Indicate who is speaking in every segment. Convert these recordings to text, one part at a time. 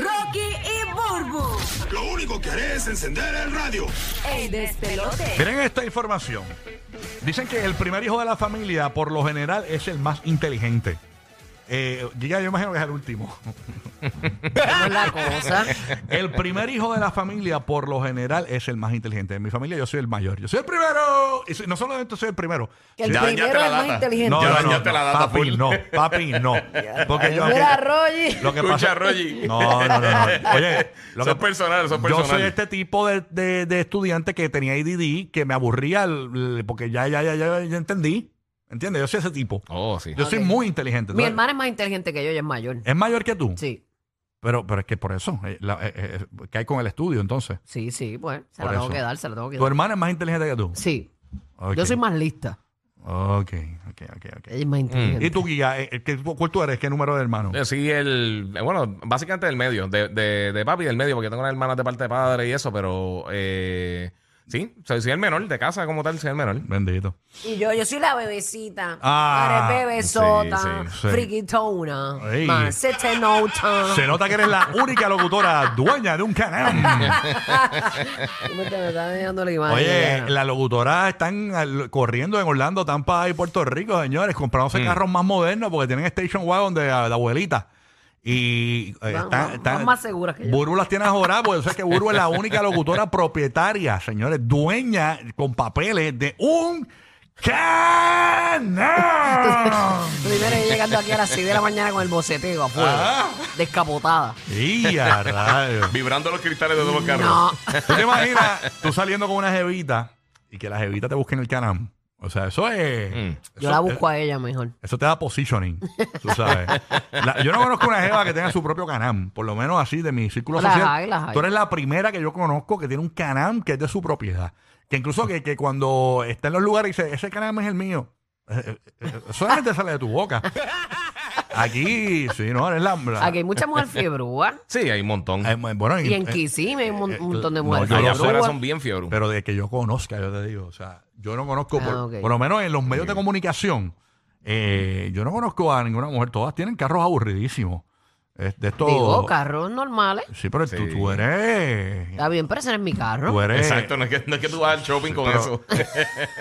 Speaker 1: Rocky y Burbu.
Speaker 2: Lo único que haré es encender el radio.
Speaker 1: El despelote.
Speaker 3: Miren esta información. Dicen que el primer hijo de la familia, por lo general, es el más inteligente. Eh, yo ya yo imagino que es el último.
Speaker 4: ¿Cómo es la cosa?
Speaker 3: El primer hijo de la familia, por lo general, es el más inteligente. En mi familia yo soy el mayor. Yo soy el primero. Y soy- no solamente soy el primero.
Speaker 4: Que el
Speaker 3: Sí.
Speaker 2: Ya
Speaker 4: primero es
Speaker 2: dañaste la
Speaker 4: el más
Speaker 2: data.
Speaker 4: inteligente.
Speaker 3: No,
Speaker 2: Ya
Speaker 3: no, no,
Speaker 2: dañaste la data,
Speaker 3: papi,
Speaker 2: full.
Speaker 3: no, papi, no. Porque yo,
Speaker 4: Mira, Rogi.
Speaker 3: lo que
Speaker 2: Escucha,
Speaker 3: pasa,
Speaker 2: Rogi.
Speaker 3: No, no, no, no. Oye,
Speaker 2: Eso es personal, eso es
Speaker 3: yo soy
Speaker 2: personal.
Speaker 3: este tipo de, de- de estudiante que tenía ADD, que me aburría el- el- porque ya, ya, ya, ya, ya entendí. ¿Entiendes? Yo soy ese tipo.
Speaker 2: Oh, sí.
Speaker 3: Yo soy
Speaker 4: Ok.
Speaker 3: muy inteligente.
Speaker 4: Mi
Speaker 3: ¿Tú-
Speaker 4: hermana es más inteligente que yo, ella es mayor.
Speaker 3: ¿Es mayor que tú?
Speaker 4: Sí,
Speaker 3: Pero, pero es que por eso, eh, la- eh, eh, ¿qué hay con el estudio entonces?
Speaker 4: sí, sí, pues. Se
Speaker 3: Por
Speaker 4: la tengo
Speaker 3: eso.
Speaker 4: que dar, se la tengo que
Speaker 3: ¿Tu
Speaker 4: dar.
Speaker 3: hermana es más inteligente que tú?
Speaker 4: Sí,
Speaker 3: Ok.
Speaker 4: yo soy más lista.
Speaker 3: Ok, ok, ok, ok. Mm.
Speaker 4: Ella es más
Speaker 3: ¿Y
Speaker 4: inteligente.
Speaker 3: tú, Guía? eh, eh, qué- ¿Cuál tú eres? ¿Qué número de hermano?
Speaker 5: Yo soy el. eh, Bueno, básicamente del medio, de, de, de papi del medio, porque tengo unas hermanas de parte de padre y eso, pero. Eh, sí, soy, soy el menor de casa como tal, soy el menor.
Speaker 3: Bendito.
Speaker 4: Y yo, yo soy la bebecita.
Speaker 3: Ah,
Speaker 4: Eres bebesota,
Speaker 5: sí,
Speaker 3: sí, sí.
Speaker 4: friquitona,
Speaker 3: Ey.
Speaker 4: macetenota.
Speaker 3: Se nota que eres la única locutora dueña de un canal.
Speaker 4: Tú me te me estás dejando la imagen.
Speaker 3: Oye,
Speaker 4: ya.
Speaker 3: las locutoras están al- corriendo en Orlando, Tampa y Puerto Rico, señores, comprándose carros más modernos porque tienen station wagon de la, la abuelita. Y eh,
Speaker 4: Van-
Speaker 3: están,
Speaker 4: van-
Speaker 3: están-
Speaker 4: van más seguras que yo.
Speaker 3: Buru las tiene ajoradas porque yo sé que Buru es la única locutora propietaria, señores, dueña con papeles de un canal.
Speaker 4: Primero yo llegando aquí a las 6 de la mañana con el boceteo a fuego.
Speaker 3: Ah.
Speaker 4: Descapotada.
Speaker 3: ¡Y a rayos!
Speaker 2: Vibrando los cristales de todos los carros.
Speaker 4: No.
Speaker 3: ¿Tú te imaginas tú saliendo con una jevita y que la jevita te busque en el canam? O sea, eso es.
Speaker 5: Mm.
Speaker 4: Yo
Speaker 3: eso-
Speaker 4: la busco a ella mejor.
Speaker 3: Eso te da positioning, tú sabes. La- yo no conozco una jeva que tenga su propio canam, por lo menos así de mi círculo
Speaker 4: Las
Speaker 3: social.
Speaker 4: hay, las hay.
Speaker 3: Tú eres la primera que yo conozco que tiene un canam que es de su propiedad. Que incluso que, que cuando está en los lugares y dice, ese canam es el mío. eh, eh, eh, Solamente sale de tu boca. Aquí, sí, no, eres la... la-
Speaker 4: Aquí hay mucha mujer fiebrúa.
Speaker 5: Sí, hay un montón.
Speaker 3: eh, bueno,
Speaker 4: Y en
Speaker 3: eh,
Speaker 4: Kissimmee hay un mon-
Speaker 3: eh,
Speaker 4: un montón de
Speaker 3: no,
Speaker 4: mujeres
Speaker 3: yo
Speaker 5: Allá
Speaker 3: lo
Speaker 5: afuera
Speaker 4: fiebrúas.
Speaker 5: son bien fiebros.
Speaker 3: Pero de que yo conozca, yo te digo. O sea, yo no conozco, por,
Speaker 4: Ah, ok.
Speaker 3: por lo menos en los medios de comunicación, eh, yo no conozco a ninguna mujer. Todas tienen carros aburridísimos. Es de estos.
Speaker 4: Digo, carros normales.
Speaker 3: Sí, pero Tú,
Speaker 5: Sí.
Speaker 3: tú eres.
Speaker 4: Está bien, pero ese no es mi carro.
Speaker 3: Tú eres.
Speaker 5: Exacto, no es, que, no es que tú vas al shopping con
Speaker 3: eh, pero-
Speaker 5: eso.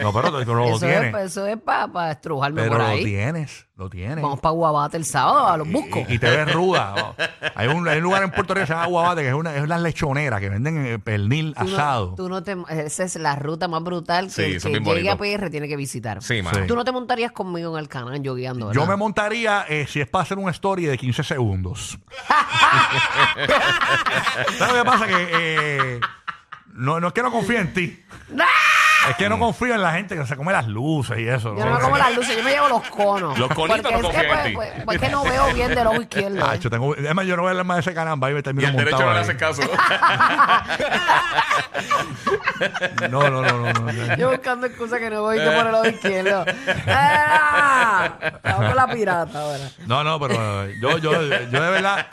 Speaker 3: No, pero tú, tú lo
Speaker 4: eso, es,
Speaker 3: tienes.
Speaker 4: eso es para estrujarme
Speaker 3: pero
Speaker 4: por
Speaker 3: lo
Speaker 4: ahí.
Speaker 3: tienes. Lo tienes.
Speaker 4: Vamos para Guabate el sábado, a los busco.
Speaker 3: Y, y te ves ruda. ¿no? Hay, un, hay un lugar en Puerto Rico que se llama Guabate, que es una, es una lechonera que venden eh, pernil
Speaker 4: Tú no-
Speaker 3: asado.
Speaker 4: tú no te, esa es la ruta más brutal que
Speaker 5: Sí,
Speaker 4: el
Speaker 5: eso
Speaker 4: que
Speaker 5: es bien
Speaker 4: llegue a
Speaker 5: bonito.
Speaker 4: PR tiene que visitar.
Speaker 5: Sí, mano.
Speaker 3: Sí.
Speaker 4: Tú no te montarías conmigo en el canal yo guiando,
Speaker 3: Yo me
Speaker 4: ¿verdad?
Speaker 3: montaría eh, si es para hacer un story de 15 segundos. ¿Sabes lo que pasa? Que eh, no, no es que no confíe en ti. es que no confío en la gente que se come las luces y eso.
Speaker 4: Yo no me como las luces, yo me llevo los conos.
Speaker 5: Los conitos
Speaker 4: Porque
Speaker 5: no
Speaker 4: es que,
Speaker 5: confían en
Speaker 4: pues,
Speaker 5: ti.
Speaker 4: pues, pues, es que no veo bien del ojo izquierdo.
Speaker 3: Ah, yo tengo, además, yo no voy a hablar más de ese canal, va y me
Speaker 5: Y
Speaker 3: termino
Speaker 5: el derecho no le
Speaker 3: montado ahí.
Speaker 5: hace caso.
Speaker 3: No, no, no, no. no, no.
Speaker 4: Yo buscando excusas que no voy que por el lado izquierdo. ¡Ah! Estaba con la pirata ahora.
Speaker 3: No, no, pero eh, yo, yo, yo de verdad,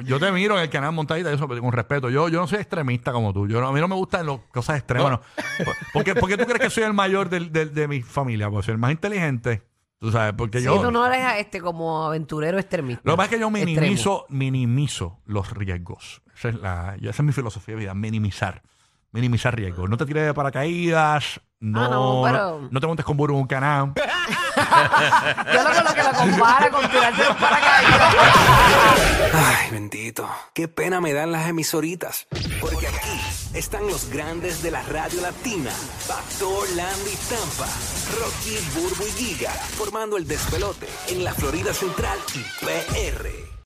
Speaker 3: yo te miro en el canal montadita, eso pero con respeto. Yo, yo no soy extremista como tú. Yo, no- a mí no me gustan las cosas extremas. no. Por- Porque, porque tú crees que soy el mayor del- del- de mi familia, pues soy el más inteligente. Tú sabes, porque
Speaker 4: Sí,
Speaker 3: yo.
Speaker 4: tú no eres este como aventurero extremista.
Speaker 3: Lo que pasa es que yo
Speaker 4: Extremo.
Speaker 3: minimizo, minimizo los riesgos. Esa es, la, yo- esa es mi filosofía de vida, minimizar. Minimizar riesgos. No te tires de paracaídas. No,
Speaker 4: Ah, no, pero-
Speaker 3: no, te montes con burro en un canal.
Speaker 4: Yo lo que lo, que lo compara con tirarse los paracaídas.
Speaker 6: Ay, bendito. Qué pena me dan las emisoritas. Porque aquí están los grandes de la radio latina. Factor Land y Tampa. Rocky, Burbu y Giga. Formando el despelote en la Florida Central y PR.